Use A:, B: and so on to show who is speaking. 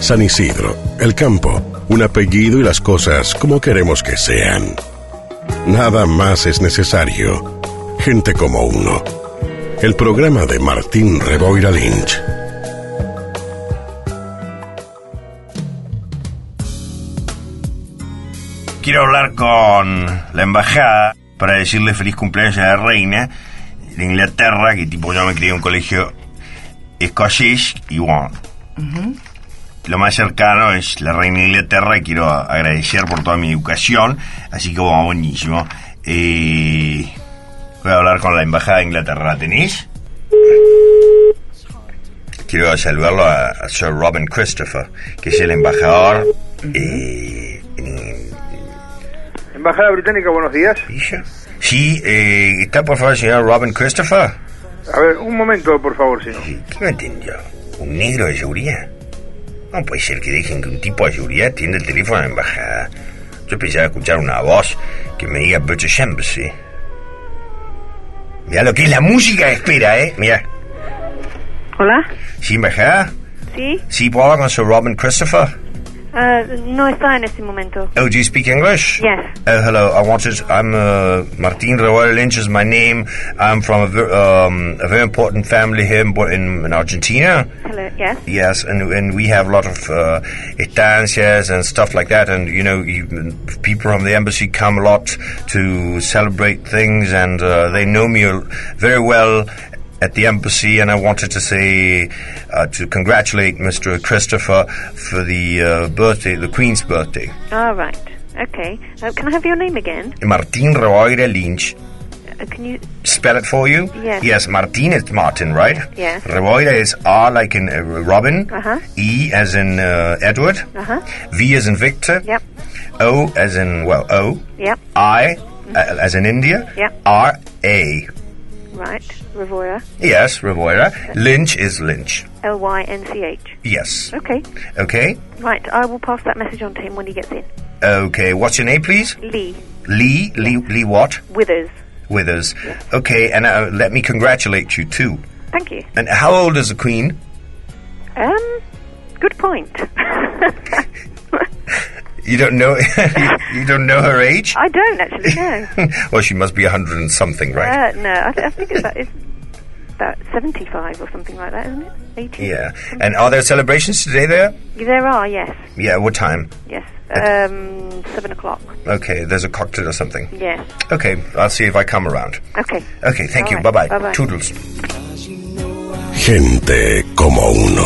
A: San Isidro, el campo, un apellido y las cosas como queremos que sean. Nada más es necesario. Gente como uno. El programa de Martín Reboira Lynch.
B: Quiero hablar con la embajada para decirle feliz cumpleaños a la reina de Inglaterra, que tipo yo me crié en un colegio escocés y bueno. Lo más cercano es la reina de Inglaterra y quiero agradecer por toda mi educación, así que bueno, buenísimo. Eh, voy a hablar con la embajada de Inglaterra, ¿la tenés? Quiero saludarlo a, a Sir Robin Christopher, que es el embajador eh, en
C: Embajada Británica, buenos días.
B: Villa. Sí, eh, está por favor el señor Robin Christopher.
C: A ver, un momento, por favor, señor.
B: ¿Qué no entendió? ¿Un negro de seguridad? No puede ser que dejen que un tipo de seguridad atienda el teléfono de la embajada. Yo pensaba escuchar una voz que me diga British Embassy. Mira lo que es la música de espera, ¿eh? Mira.
D: Hola,
B: ¿Sí, embajada?
D: sí.
B: Sí, ¿puedo hablar con Sir Robin Christopher?
D: Ah, no está en este momento.
B: Oh, do you speak English?
D: Yes.
B: Oh, hello. I wanted. I'm uh, Martin Royal Lynch is my name. I'm from a, ver- um, a very important family here in, Bo- in, in Argentina.
D: Hello, yes.
B: Yes, and and we have a lot of uh, estancias and stuff like that, and you know, you, people from the embassy come a lot to celebrate things, and uh, they know me al- very well at the embassy, and I wanted to say uh, to congratulate Mr. Christopher for the uh, birthday, the Queen's birthday.
D: All right. Okay. Uh, can I have your name again?
B: Martin Roira Lynch.
D: Uh, can you?
B: Spell it for you?
D: Yes.
B: Martin is Martin, right?
D: Yes.
B: Roira is R like in uh, Robin.
D: Uh-huh.
B: E as in uh, Edward.
D: Uh huh.
B: V as in Victor.
D: Yep.
B: O as in, well, O.
D: Yep.
B: I uh, as in India.
D: Yep.
B: R A.
D: Right. Revoya.
B: Yes, Revoira. Lynch is Lynch.
D: L Y N C H.
B: Yes.
D: Okay.
B: Okay.
D: Right. I will pass that message on to him when he gets in.
B: Okay. What's your name, please?
D: Lee
B: Lee. Lee. Lee. What?
D: Withers.
B: Withers. Okay. And uh, let me congratulate you too.
D: Thank you.
B: And how old is the Queen?
D: Um. Good point.
B: You don't know. you don't know her age.
D: I don't actually know.
B: well, she must be a hundred and something, right?
D: Uh, no, I, th- I think it's about, it's about 75 or something like that, isn't it? 80?
B: yeah. And uh, are there celebrations today there?
D: There are, yes.
B: Yeah. What time?
D: Yes. Um, 7 o'clock.
B: Okay. There's a cocktail or something.
D: Yes.
B: Okay. I'll see if I come around.
D: Okay.
B: Okay, thank
D: All
B: you.
D: right.
B: Bye bye.
D: Bye-bye.
B: Toodles.
A: Gente como uno.